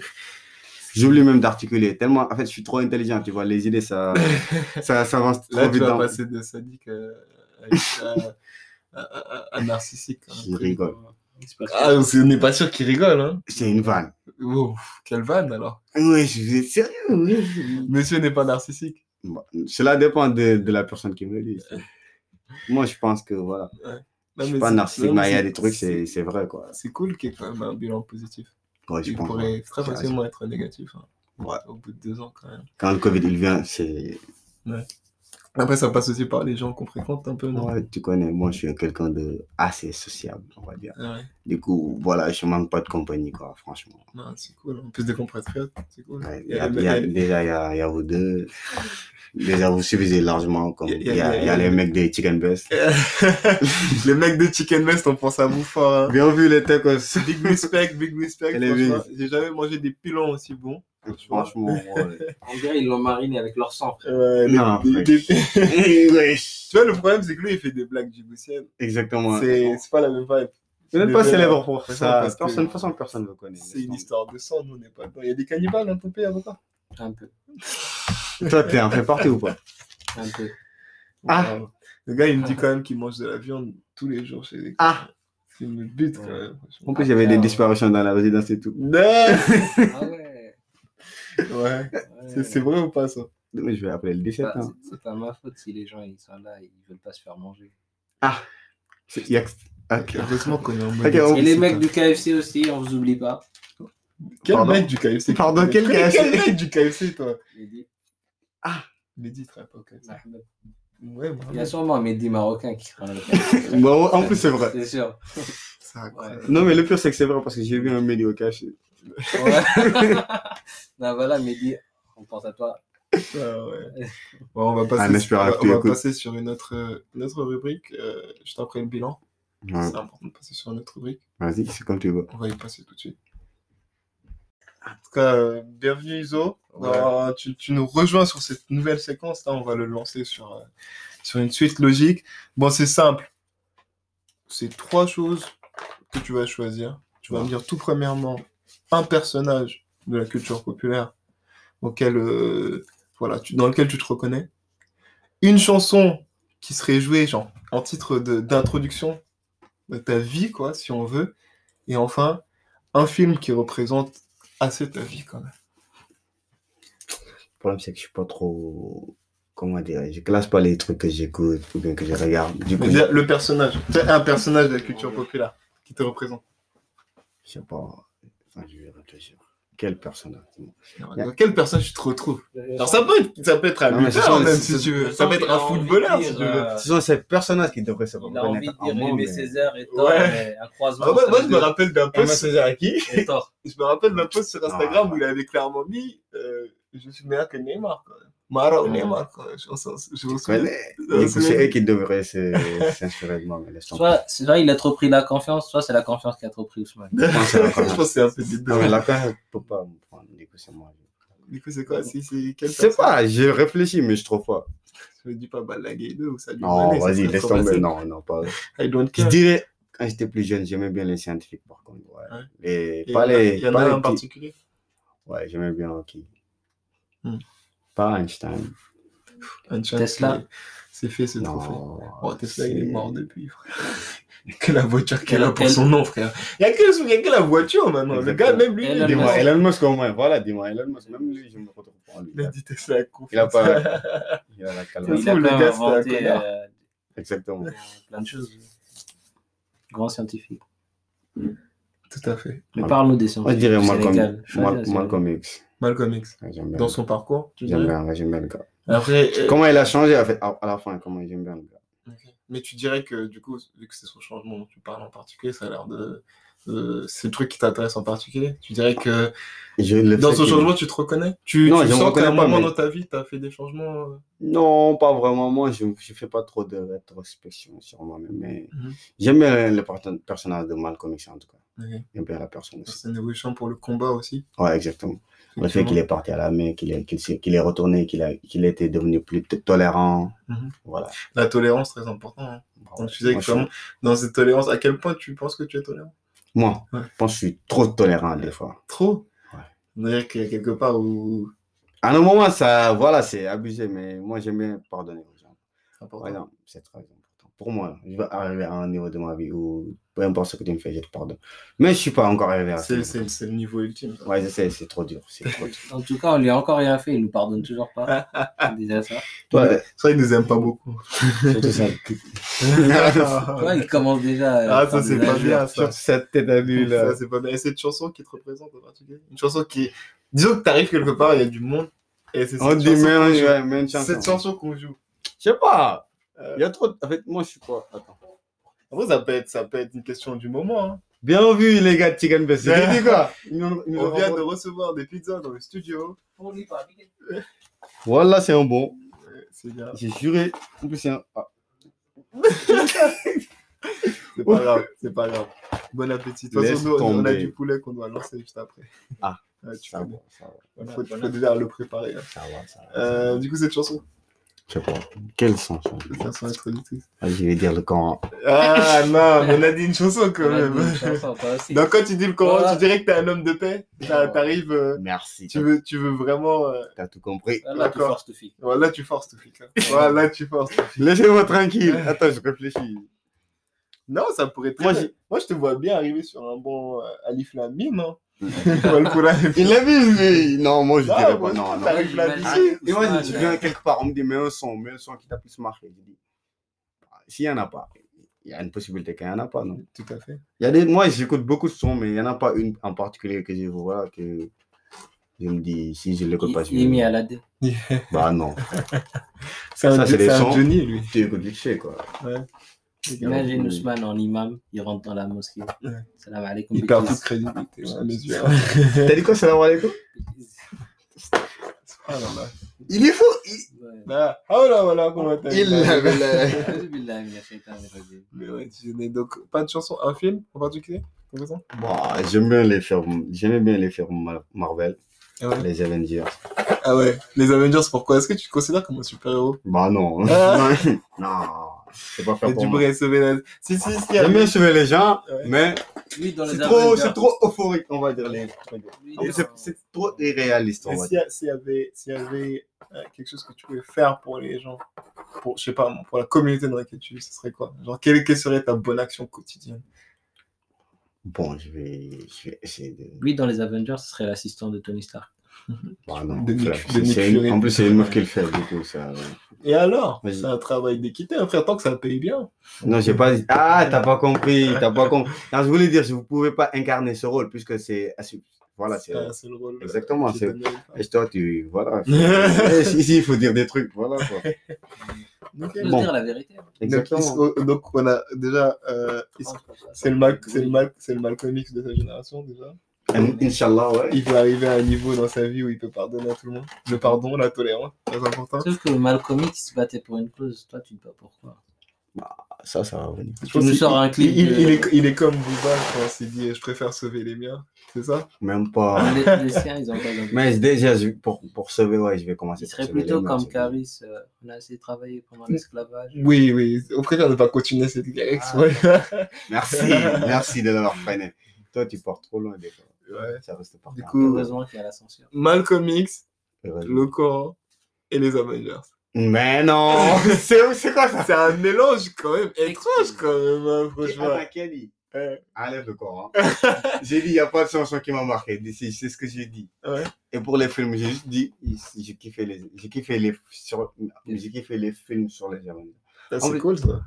[SPEAKER 3] J'oublie même d'articuler. Tellement, en fait, je suis trop intelligent, tu vois, les
[SPEAKER 2] [LAUGHS]
[SPEAKER 3] idées, ça, ça, ça avance trop
[SPEAKER 2] Là, tu
[SPEAKER 3] vite. hein.
[SPEAKER 2] vas
[SPEAKER 3] dans-
[SPEAKER 2] passer de sadique euh, à, à- à- à- à narcissique. hein.
[SPEAKER 3] Je rigole.
[SPEAKER 4] C'est pas
[SPEAKER 2] Ah, on n'est pas sûr qu'il rigole. Hein.
[SPEAKER 3] C'est une vanne.
[SPEAKER 2] Oh, quelle vanne alors.
[SPEAKER 3] Oui, je suis sérieux. oui.
[SPEAKER 2] Monsieur n'est pas narcissique.
[SPEAKER 3] Bon, cela dépend de, de la personne qui me le dit. Moi, je pense que voilà.
[SPEAKER 2] Non,
[SPEAKER 3] je
[SPEAKER 2] mais
[SPEAKER 3] suis pas
[SPEAKER 2] c'est-
[SPEAKER 3] narcissique,
[SPEAKER 2] non,
[SPEAKER 3] mais il y a
[SPEAKER 2] c'est-
[SPEAKER 3] des trucs, c'est c'est vrai, quoi.
[SPEAKER 2] C'est cool qu'il y ait quand même un bilan positif.
[SPEAKER 3] Ouais, je
[SPEAKER 2] Il
[SPEAKER 3] pense, ouais.
[SPEAKER 2] pourrait très
[SPEAKER 3] c'est
[SPEAKER 2] facilement être négatif. hein.
[SPEAKER 3] Ouais.
[SPEAKER 2] Au bout de deux ans, quand même.
[SPEAKER 3] Quand le Covid il vient, c'est.
[SPEAKER 2] Après, ça passe aussi par les gens qu'on fréquente un peu. Non
[SPEAKER 3] Ouais, tu connais, moi, je suis quelqu'un de assez sociable, on va dire.
[SPEAKER 2] Ah Ouais.
[SPEAKER 3] Du coup, voilà, je manque pas de compagnie, quoi, franchement.
[SPEAKER 2] Non, c'est cool. En plus des compatriotes, c'est cool.
[SPEAKER 3] Ouais,
[SPEAKER 2] Il y a
[SPEAKER 3] y a-
[SPEAKER 2] les-
[SPEAKER 3] y a-
[SPEAKER 2] il y a-
[SPEAKER 3] déjà, il y a, il y a vous deux. Déjà, vous suffisez largement. Comme
[SPEAKER 2] Y a-
[SPEAKER 3] il
[SPEAKER 2] y
[SPEAKER 3] y,
[SPEAKER 2] a-
[SPEAKER 3] a-
[SPEAKER 2] y a-
[SPEAKER 3] y a les mecs des Chicken Best.
[SPEAKER 2] les mecs de Chicken West, on pense à vous fort. hein.
[SPEAKER 3] Bien vu, les tacos.
[SPEAKER 2] Big respect, big respect.
[SPEAKER 3] Elle est vive.
[SPEAKER 2] franchement. J'ai jamais mangé des pilons aussi bons.
[SPEAKER 3] Franchement, ouais.
[SPEAKER 4] On dirait qu'ils l'ont mariné avec leur sang, frère.
[SPEAKER 2] Ouais,
[SPEAKER 3] [LAUGHS] Non,
[SPEAKER 2] des-
[SPEAKER 3] frère.
[SPEAKER 2] des- des-
[SPEAKER 3] [LAUGHS] Wesh.
[SPEAKER 2] Tu vois, le problème, c'est que lui, il fait des blagues djiboutiennes.
[SPEAKER 3] Exactement.
[SPEAKER 2] C'est c'est pas la même vibe.
[SPEAKER 3] C'est même
[SPEAKER 2] Mais
[SPEAKER 3] pas
[SPEAKER 2] bon,
[SPEAKER 3] célèbre pour
[SPEAKER 2] façon,
[SPEAKER 3] ça.
[SPEAKER 2] parce que-
[SPEAKER 3] Personne, de toute façon, personne ne le connaît.
[SPEAKER 2] C'est une histoire de sang, nous, on n'est pas dedans. Il y a des cannibales, un peu, à papa.
[SPEAKER 4] Un peu.
[SPEAKER 3] Toi, t'es un fait partie ou pas
[SPEAKER 4] Un peu.
[SPEAKER 3] Ah.
[SPEAKER 2] Ouais. Le gars, il me dit quand même qu'il mange de la viande tous les jours chez les
[SPEAKER 3] Ah
[SPEAKER 2] C'est me bute, quand
[SPEAKER 4] Ouais.
[SPEAKER 2] même.
[SPEAKER 3] En
[SPEAKER 2] franchement.
[SPEAKER 3] plus, il y avait des disparitions dans la résidence et tout.
[SPEAKER 2] Non
[SPEAKER 4] [LAUGHS]
[SPEAKER 3] [LAUGHS]
[SPEAKER 4] Ah ouais.
[SPEAKER 2] Ouais.
[SPEAKER 4] ouais.
[SPEAKER 2] C'est- C'est vrai ou pas, ça
[SPEAKER 3] Mais je vais appeler le 17.
[SPEAKER 4] Bah,
[SPEAKER 3] hein.
[SPEAKER 4] c'est- c'est pas ma faute si les gens ils sont là et ils veulent pas se faire manger.
[SPEAKER 3] C'est- y a que- Ok.
[SPEAKER 2] Heureusement qu'on est en mode.
[SPEAKER 3] Ok, on-
[SPEAKER 4] Et les mecs du KFC aussi, on vous oublie pas.
[SPEAKER 2] Quel
[SPEAKER 3] Pardon
[SPEAKER 2] mec du KFC
[SPEAKER 3] Pardon, quel KFC?
[SPEAKER 2] Quel mec du KFC, toi
[SPEAKER 4] Mehdi,
[SPEAKER 2] Mehdi, il travaille pas au KFC.
[SPEAKER 4] Mohamed.
[SPEAKER 2] hein, Ouais,
[SPEAKER 4] Il y a
[SPEAKER 2] Mohamed,
[SPEAKER 4] sûrement un Mehdi marocain qui prend le KFC.
[SPEAKER 3] Bon, [LAUGHS] en plus, c'est vrai. [LAUGHS]
[SPEAKER 4] C'est sûr.
[SPEAKER 2] c'est incroyable.
[SPEAKER 3] Non, mais le pire, c'est que c'est vrai parce que j'ai vu un médio caché.
[SPEAKER 4] Ouais. [LAUGHS] non, voilà, Mehdi, on pense à toi.
[SPEAKER 2] Ah [LAUGHS] ouais. Bon, on va passer,
[SPEAKER 3] Ah, mais je peux
[SPEAKER 2] on va-
[SPEAKER 3] rajouter,
[SPEAKER 2] on va
[SPEAKER 3] écoute.
[SPEAKER 2] passer sur une autre, euh, une autre rubrique. euh, juste après le bilan,
[SPEAKER 3] Ouais,
[SPEAKER 2] c'est important de passer sur une autre rubrique.
[SPEAKER 3] Vas-y, c'est comme tu veux.
[SPEAKER 2] On va y passer tout de suite. En tout cas, euh, bienvenue Iso.
[SPEAKER 4] Ouais.
[SPEAKER 2] Euh, tu, tu nous rejoins sur cette nouvelle séquence. Là, on va le lancer sur, euh, sur une suite logique. Bon, c'est simple. C'est trois choses que tu vas choisir. Tu vas me dire tout premièrement un personnage de la culture populaire auquel, euh, voilà, tu- dans lequel tu te reconnais. Une chanson qui serait jouée genre, en titre de- d'introduction de ta vie, quoi, si on veut. Et enfin, un film qui représente assez ta vie quand même.
[SPEAKER 3] Le problème, c'est que je suis pas trop. Comment dire Je classe pas les trucs que j'écoute ou bien que je regarde. Du coup,
[SPEAKER 2] Mais déjà, le personnage, t'as un personnage de la culture populaire qui te représente.
[SPEAKER 3] je sais pas. Enfin, je vais réfléchir. Quel personnage
[SPEAKER 2] Dans quelle personne tu te retrouves Alors ça peut être, ça peut être un
[SPEAKER 3] Non, mais c'est
[SPEAKER 2] lutteur
[SPEAKER 3] sûr,
[SPEAKER 2] même
[SPEAKER 3] c'est-
[SPEAKER 2] si tu veux, ça peut être un euh, footballeur si tu veux.
[SPEAKER 4] veux.
[SPEAKER 3] Ce sont ces personnages qui devraient se
[SPEAKER 4] Il a envie de
[SPEAKER 3] reconnaître en
[SPEAKER 4] dire
[SPEAKER 3] moi.
[SPEAKER 4] Aimé
[SPEAKER 3] mais-
[SPEAKER 4] Césaire et tort,
[SPEAKER 2] Ouais.
[SPEAKER 4] mais un
[SPEAKER 2] Ah
[SPEAKER 4] croisement.
[SPEAKER 2] ouais,
[SPEAKER 4] ça
[SPEAKER 2] moi
[SPEAKER 4] veut
[SPEAKER 2] je me
[SPEAKER 4] dire
[SPEAKER 2] rappelle d'un post,
[SPEAKER 3] Césaire à qui
[SPEAKER 4] et tort.
[SPEAKER 2] je me rappelle d'un post sur Instagram
[SPEAKER 3] Ah.
[SPEAKER 2] où il avait clairement mis euh, je suis meilleur que Neymar quand même. Mara ou Neymar quand même, je me sens- je me souviens.
[SPEAKER 3] Ouais,
[SPEAKER 2] je me
[SPEAKER 3] Du coup, c'est eux
[SPEAKER 2] souviens.
[SPEAKER 3] qui devraient se- [LAUGHS] s'inspirer de moi. Mais laisse tomber.
[SPEAKER 4] Soit, soit il a trop pris la confiance, soit c'est la confiance qui a trop pris Ousmane.
[SPEAKER 3] Je pense
[SPEAKER 2] [LAUGHS] Je
[SPEAKER 3] que la
[SPEAKER 2] pense
[SPEAKER 3] connasse.
[SPEAKER 2] que c'est un peu des
[SPEAKER 3] Non, mais
[SPEAKER 2] deux.
[SPEAKER 3] la connasse, elle peut pas me prendre. Du coup, c'est moi.
[SPEAKER 2] Du coup c'est quoi C'est c'est
[SPEAKER 3] Je
[SPEAKER 2] quel
[SPEAKER 3] sais
[SPEAKER 2] personnage
[SPEAKER 3] pas, j'ai réfléchi, mais je trouve pas.
[SPEAKER 2] Je me dis pas Balaguer 2 ou ça lui
[SPEAKER 3] Non, vas-y, laisse tomber. Non, non, pas.
[SPEAKER 2] I don't
[SPEAKER 3] Je
[SPEAKER 2] care.
[SPEAKER 3] dirais, quand j'étais plus jeune, j'aimais bien les scientifiques, par contre. Ouais.
[SPEAKER 2] Ouais.
[SPEAKER 3] Les,
[SPEAKER 2] Il y en
[SPEAKER 3] pas
[SPEAKER 2] a-
[SPEAKER 3] les.
[SPEAKER 2] il y en
[SPEAKER 3] pas
[SPEAKER 2] a
[SPEAKER 3] les
[SPEAKER 2] un en
[SPEAKER 3] qui-
[SPEAKER 2] particulier.
[SPEAKER 3] Ouais, j'aimais bien qui.
[SPEAKER 2] Hmm.
[SPEAKER 3] Pas Einstein.
[SPEAKER 2] Einstein,
[SPEAKER 4] Tesla.
[SPEAKER 2] c'est- C'est fait, c'est trop fait.
[SPEAKER 3] Non.
[SPEAKER 2] Oh, Tesla, il est
[SPEAKER 3] c'est-
[SPEAKER 2] mort depuis, frère. [LAUGHS] Il n'y a que la voiture qu'elle a pour
[SPEAKER 4] Elle-
[SPEAKER 2] son nom, frère. Il n'y a, que- il y a que la voiture maintenant. Le
[SPEAKER 3] Exactement.
[SPEAKER 2] gars, même lui,
[SPEAKER 4] Elle-
[SPEAKER 2] il est
[SPEAKER 4] elle-
[SPEAKER 2] mort.
[SPEAKER 3] Dis-moi,
[SPEAKER 4] elle-
[SPEAKER 3] Elon Musk au moins. Voilà, dis-moi, Elon Musk. Même lui, je me retrouve pas en lui.
[SPEAKER 2] Il a dit Tesla con.
[SPEAKER 3] Il
[SPEAKER 2] [LAUGHS]
[SPEAKER 3] a pas. Il a la calme.
[SPEAKER 4] Il a
[SPEAKER 2] fou,
[SPEAKER 4] quand
[SPEAKER 2] le
[SPEAKER 4] même
[SPEAKER 2] gars, c'était un
[SPEAKER 4] inventé
[SPEAKER 2] connard.
[SPEAKER 4] euh,
[SPEAKER 3] Exactement.
[SPEAKER 4] plein de choses. Grand scientifique.
[SPEAKER 2] Tout à fait.
[SPEAKER 4] Mais
[SPEAKER 3] Mal-
[SPEAKER 4] parle-nous des scientifiques.
[SPEAKER 3] Moi, je dirais
[SPEAKER 4] du Sénégal.
[SPEAKER 3] Malcolm,
[SPEAKER 4] Choisis un
[SPEAKER 3] Mal-
[SPEAKER 4] Sénégal.
[SPEAKER 3] Malcolm X.
[SPEAKER 2] Malcolm X.
[SPEAKER 3] Ouais, J'aime bien.
[SPEAKER 2] Dans son parcours, tu
[SPEAKER 3] J'aime
[SPEAKER 2] dirais
[SPEAKER 3] bien, ouais, j'aime bien le gars.
[SPEAKER 2] Après, euh,
[SPEAKER 3] Comment il a changé en fait, à, à la fin, comment j'aime bien le gars.
[SPEAKER 2] ok. mais tu dirais que du coup, vu que c'est son changement dont tu parles en particulier, ça a l'air de. de- c'est le truc qui t'intéresse en particulier. Tu dirais que
[SPEAKER 3] Je le
[SPEAKER 2] dans
[SPEAKER 3] fait
[SPEAKER 2] ce
[SPEAKER 3] qu'il-
[SPEAKER 2] changement, tu te reconnais Tu,
[SPEAKER 3] Non,
[SPEAKER 2] tu
[SPEAKER 3] je me
[SPEAKER 2] sens qu'à un
[SPEAKER 3] reconnais pas,
[SPEAKER 2] moment
[SPEAKER 3] mais-
[SPEAKER 2] dans ta vie, tu as fait des changements euh,
[SPEAKER 3] Non, pas vraiment. Moi, je ne fais pas trop de rétrospection sur moi-même. Mais
[SPEAKER 2] Mhm.
[SPEAKER 3] j'aime bien le, parten- personnage de Malcolm X en tout cas.
[SPEAKER 2] Ok.
[SPEAKER 3] J'aime bien la personne aussi.
[SPEAKER 2] C'est une évolution pour le combat aussi.
[SPEAKER 3] Ouais, exactement. Le fait qu'il est parti à la mer, qu'il est, qu'il s'est- qu'il est retourné, qu'il a- qu'il était devenu plus t- tolérant.
[SPEAKER 2] Mhm.
[SPEAKER 3] Voilà.
[SPEAKER 2] La tolérance, très importante. hein.
[SPEAKER 3] Bravo.
[SPEAKER 2] Donc, tu disais
[SPEAKER 3] Moi,
[SPEAKER 2] que
[SPEAKER 3] je
[SPEAKER 2] vraiment, dans cette tolérance, à quel point tu penses que tu es tolérant
[SPEAKER 3] suis- moi,
[SPEAKER 2] Ouais.
[SPEAKER 3] je pense que je suis trop tolérant des fois.
[SPEAKER 2] Trop
[SPEAKER 3] Ouais.
[SPEAKER 2] C'est-à-dire qu'il y a quelque part où.
[SPEAKER 3] À un moment, ça, voilà, c'est abusé, mais moi, j'aime bien pardonner aux gens.
[SPEAKER 2] c'est important.
[SPEAKER 3] Ouais, non, c'est très important. Pour moi, je vais arriver à un niveau de ma vie où, peu importe ce que tu me fais, je te pardonne. Mais je suis pas encore arrivé à ça.
[SPEAKER 2] C'est- C'est c'est le niveau ultime. ça.
[SPEAKER 3] Ouais, je sais, c'est trop dur. C'est trop dur.
[SPEAKER 4] En tout cas, on lui a encore rien fait, il nous pardonne toujours
[SPEAKER 2] [LAUGHS]
[SPEAKER 4] pas. C'est déjà ça.
[SPEAKER 3] Ouais,
[SPEAKER 2] Ça, il nous aime pas
[SPEAKER 3] [LAUGHS]
[SPEAKER 2] beaucoup. [LAUGHS]
[SPEAKER 3] surtout ça.
[SPEAKER 4] Ouais, il commence déjà. euh,
[SPEAKER 2] Ah, ça,
[SPEAKER 4] par des
[SPEAKER 2] c'est pas
[SPEAKER 4] injures.
[SPEAKER 2] bien, ça.
[SPEAKER 3] Surtout cette tête à lui, là.
[SPEAKER 2] Ça, c'est pas bien. Et c'est une chanson qui te représente en particulier Une chanson qui. Disons que t'arrives quelque part, il y a du monde. Et c'est
[SPEAKER 3] On
[SPEAKER 2] cette
[SPEAKER 3] dit
[SPEAKER 2] chanson
[SPEAKER 3] même,
[SPEAKER 2] qu'on joue.
[SPEAKER 3] ouais, même chanson.
[SPEAKER 2] Cette chanson qu'on joue.
[SPEAKER 3] Je sais pas.
[SPEAKER 2] Euh.
[SPEAKER 3] Il y a trop. de- En fait, moi, je suis quoi Attends.
[SPEAKER 2] Après, ça peut être, ça peut être une question du moment. hein.
[SPEAKER 3] Bien vu, les gars de Chicken Best.
[SPEAKER 2] Ouais.
[SPEAKER 3] C'était [LAUGHS] quoi Ils nous- ils nous
[SPEAKER 2] On
[SPEAKER 3] ont
[SPEAKER 2] vient de
[SPEAKER 3] renvoyé-
[SPEAKER 2] recevoir des pizzas dans le studio.
[SPEAKER 4] Pour lui, pas appliquer.
[SPEAKER 3] Voilà, c'est un bon.
[SPEAKER 2] Ouais, C'est bien.
[SPEAKER 3] J'ai juré. En plus, c'est un. ah.
[SPEAKER 2] C'est pas grave. C'est pas grave. Bon appétit. De toute
[SPEAKER 3] Laisse
[SPEAKER 2] façon, nous, on a
[SPEAKER 3] tomber.
[SPEAKER 2] du poulet qu'on doit lancer juste après.
[SPEAKER 3] Ah.
[SPEAKER 2] Ouais, tu
[SPEAKER 3] Ça va,
[SPEAKER 2] connais.
[SPEAKER 3] ça va,
[SPEAKER 2] Il faut, faut déjà le préparer. hein.
[SPEAKER 3] ça va, ça va.
[SPEAKER 2] Euh, du coup, cette chanson,
[SPEAKER 3] Je sais pas. Quel sens ça
[SPEAKER 2] cette chanson introductrice.
[SPEAKER 3] Ah, Je vais dire le camp.
[SPEAKER 2] Ah non, mais on a dit une chanson quand
[SPEAKER 4] On a
[SPEAKER 2] même.
[SPEAKER 4] dit une chanson, toi
[SPEAKER 2] [LAUGHS]
[SPEAKER 4] aussi.
[SPEAKER 2] Donc, quand tu dis le Coran,
[SPEAKER 4] Voilà.
[SPEAKER 2] tu dirais que t'es un homme de paix. T'as-
[SPEAKER 4] Non.
[SPEAKER 2] T'arrives, euh,
[SPEAKER 3] Merci.
[SPEAKER 2] tu
[SPEAKER 3] Tu
[SPEAKER 2] veux, tu veux vraiment. euh,
[SPEAKER 3] as tout compris.
[SPEAKER 4] Ah, Là, tu
[SPEAKER 2] D'accord.
[SPEAKER 4] forces, Tufi.
[SPEAKER 2] Voilà, tu forces, Tofik. [LAUGHS] hein. Voilà, tu forces.
[SPEAKER 3] [LAUGHS] Laissez-moi tranquille. Attends, je réfléchis.
[SPEAKER 2] Non, ça pourrait être.
[SPEAKER 3] Moi,
[SPEAKER 2] Moi,
[SPEAKER 3] j'ai-
[SPEAKER 2] je te vois bien arriver sur un bon euh, Alif Lamine, non Il [LAUGHS]
[SPEAKER 3] Il l'a vu, lui. Non, moi, je dirais pas.
[SPEAKER 2] moi,
[SPEAKER 3] Non, non.
[SPEAKER 2] T'arrives
[SPEAKER 4] Ah,
[SPEAKER 3] Ah,
[SPEAKER 2] là-dessus.
[SPEAKER 3] Et moi, je
[SPEAKER 4] Ouais.
[SPEAKER 3] viens quelque part, on me dit, mais un son, mais un son qui t'a plus marqué. Je dis, ah, s'il n'y en a pas, il y a une possibilité qu'il n'y en a pas, non
[SPEAKER 2] Tout à fait.
[SPEAKER 3] Il y a des... Moi, j'écoute beaucoup de sons, mais il n'y en a pas une en particulier que je vois, que je me dis, si je ne l'écoute
[SPEAKER 4] Il,
[SPEAKER 3] pas, je
[SPEAKER 4] il est mis
[SPEAKER 3] vais...
[SPEAKER 4] à la D.
[SPEAKER 3] Bah non,
[SPEAKER 2] C'est un,
[SPEAKER 3] Ça, c'est
[SPEAKER 2] c'est
[SPEAKER 3] les
[SPEAKER 2] un
[SPEAKER 3] sons.
[SPEAKER 2] Johnny, lui.
[SPEAKER 3] [LAUGHS] tu écoutes vite fait, quoi.
[SPEAKER 4] Imagine
[SPEAKER 3] oui.
[SPEAKER 4] Ousmane en imam, il rentre dans la mosquée.
[SPEAKER 2] Ouais.
[SPEAKER 4] Salam alaikum.
[SPEAKER 2] Il perd toute crédibilité. ouais, mes
[SPEAKER 3] [LAUGHS]
[SPEAKER 2] yeux.
[SPEAKER 3] T'as dit quoi, salam alaikum
[SPEAKER 2] Ah là là.
[SPEAKER 3] Il est fou Il
[SPEAKER 4] Ouais.
[SPEAKER 2] Ah, oh là, voilà comment t'as
[SPEAKER 3] il l'avait là.
[SPEAKER 4] A'udhu billahi minash shaitanir rajim.
[SPEAKER 2] Mais ouais, tu n'es donc pas de chanson, un film en particulier comme raison
[SPEAKER 3] [LAUGHS] Bah, j'aime bien les films, j'aimais bien les films Mar- Marvel,
[SPEAKER 2] ah ouais.
[SPEAKER 3] les Avengers.
[SPEAKER 2] ah ouais, les Avengers, pourquoi Est-ce que tu te considères comme un super-héros
[SPEAKER 3] Bah non,
[SPEAKER 2] [LAUGHS] Ah.
[SPEAKER 3] non, c'est pas
[SPEAKER 2] Et
[SPEAKER 3] fait pour
[SPEAKER 2] tu
[SPEAKER 3] moi.
[SPEAKER 2] pourrais sauver la. Si, si, si.
[SPEAKER 3] J'aime
[SPEAKER 2] avec-
[SPEAKER 3] bien sauver les gens,
[SPEAKER 2] Ah Ouais.
[SPEAKER 3] mais
[SPEAKER 4] Lui, dans
[SPEAKER 3] Ah, c'est
[SPEAKER 4] les
[SPEAKER 3] trop,
[SPEAKER 4] Avengers.
[SPEAKER 3] c'est trop euphorique, on va dire. Les...
[SPEAKER 2] Ah,
[SPEAKER 4] Lui,
[SPEAKER 3] Et
[SPEAKER 4] dans-
[SPEAKER 3] C'est c'est trop irréaliste, on
[SPEAKER 2] Mais
[SPEAKER 3] va
[SPEAKER 2] s'il y, a- s'il y avait, s'il y avait euh, quelque chose que tu pouvais faire pour les gens, pour, je sais pas, moi, pour la communauté dans laquelle tu vis, ce serait quoi Genre, quelle, quelle serait ta bonne action quotidienne
[SPEAKER 3] Bon, je vais, je vais essayer de.
[SPEAKER 4] Lui, dans les Avengers, ce serait l'assistant de Tony Stark.
[SPEAKER 3] Bah, non,
[SPEAKER 2] De Nick-
[SPEAKER 3] frère, c'est-
[SPEAKER 2] de Nick
[SPEAKER 3] c'est une-
[SPEAKER 2] Fury.
[SPEAKER 3] En plus, c'est une meuf qui le fait, du coup. Ça...
[SPEAKER 2] Et alors
[SPEAKER 3] Vas-y.
[SPEAKER 2] C'est un travail d'équité, hein, frère, tant que ça paye bien.
[SPEAKER 3] Non, j'ai pas. Ah, t'as pas compris, t'as pas compris. Non, je voulais dire, je- vous pouvez pas incarner ce rôle puisque c'est. assu- Voilà, c'est.
[SPEAKER 2] c'est un- c'est le rôle. euh,
[SPEAKER 3] Exactement,
[SPEAKER 2] qui
[SPEAKER 3] c'est-
[SPEAKER 2] est donné.
[SPEAKER 3] Et toi, tu. Voilà. Eh, si, si, il faut dire des trucs, voilà quoi.
[SPEAKER 2] Ok.
[SPEAKER 4] Il
[SPEAKER 3] Bon.
[SPEAKER 4] faut dire la vérité. hein.
[SPEAKER 3] Exactement.
[SPEAKER 2] Donc, ils- donc, on a déjà. euh, ils- c'est le, Mal, c'est, le Mal, c'est le Malcolm X de sa génération, déjà.
[SPEAKER 3] Hum, Inch'Allah, ouais.
[SPEAKER 2] Il peut arriver à un niveau dans sa vie où il peut pardonner à tout le monde. Le pardon, la tolérance, très important.
[SPEAKER 4] Sauf que Malcolm X se battait pour une cause, toi, tu ne sais pas pourquoi.
[SPEAKER 3] Ça, ça va venir.
[SPEAKER 2] Je
[SPEAKER 4] Tu
[SPEAKER 2] pense
[SPEAKER 4] nous
[SPEAKER 2] qu'il-
[SPEAKER 4] sors un clip
[SPEAKER 2] Il, il-
[SPEAKER 4] de-
[SPEAKER 2] il est, il est comme Booba quand il s'est dit je préfère sauver les miens, c'est ça
[SPEAKER 3] Même pas.
[SPEAKER 2] Ah.
[SPEAKER 4] Les, les siens, ils ont pas ils ont-
[SPEAKER 3] Mais déjà, je- pour, pour sauver, ouais, je vais commencer.
[SPEAKER 4] Il
[SPEAKER 3] par
[SPEAKER 4] serait
[SPEAKER 3] sauver les
[SPEAKER 4] plutôt
[SPEAKER 3] mains,
[SPEAKER 4] comme
[SPEAKER 3] c'est-
[SPEAKER 4] Caris, euh, on a assez travaillé
[SPEAKER 2] Mm.
[SPEAKER 4] pendant l'esclavage.
[SPEAKER 2] Oui, oui, on préfère ne pas continuer cette lyrics.
[SPEAKER 4] Ah.
[SPEAKER 2] Ouais.
[SPEAKER 3] Merci, merci de l'avoir freiné. Toi, tu pars trop loin des fois.
[SPEAKER 2] Ouais.
[SPEAKER 3] Ça reste pas.
[SPEAKER 2] Du
[SPEAKER 3] grave.
[SPEAKER 2] coup,
[SPEAKER 4] Heureusement qu'il y a la censure.
[SPEAKER 2] Malcolm X,
[SPEAKER 3] Heureusement.
[SPEAKER 2] le Coran et les Avengers.
[SPEAKER 3] Mais non C'est c'est quoi ça
[SPEAKER 2] [LAUGHS] C'est un mélange quand même étrange quand même, hein, franchement.
[SPEAKER 3] Anna Kelly.
[SPEAKER 2] Ouais.
[SPEAKER 3] Enlève le Coran.
[SPEAKER 2] [LAUGHS]
[SPEAKER 3] j'ai dit, il n'y a pas de chanson qui m'a marqué. C'est c'est ce que j'ai dit.
[SPEAKER 2] Ouais.
[SPEAKER 3] Et pour les films, j'ai juste dit, j'ai kiffé les, j'ai kiffé les, sur, j'ai kiffé les films sur les Avengers.
[SPEAKER 2] Ça,
[SPEAKER 3] En
[SPEAKER 2] C'est
[SPEAKER 3] fait-
[SPEAKER 2] cool ça.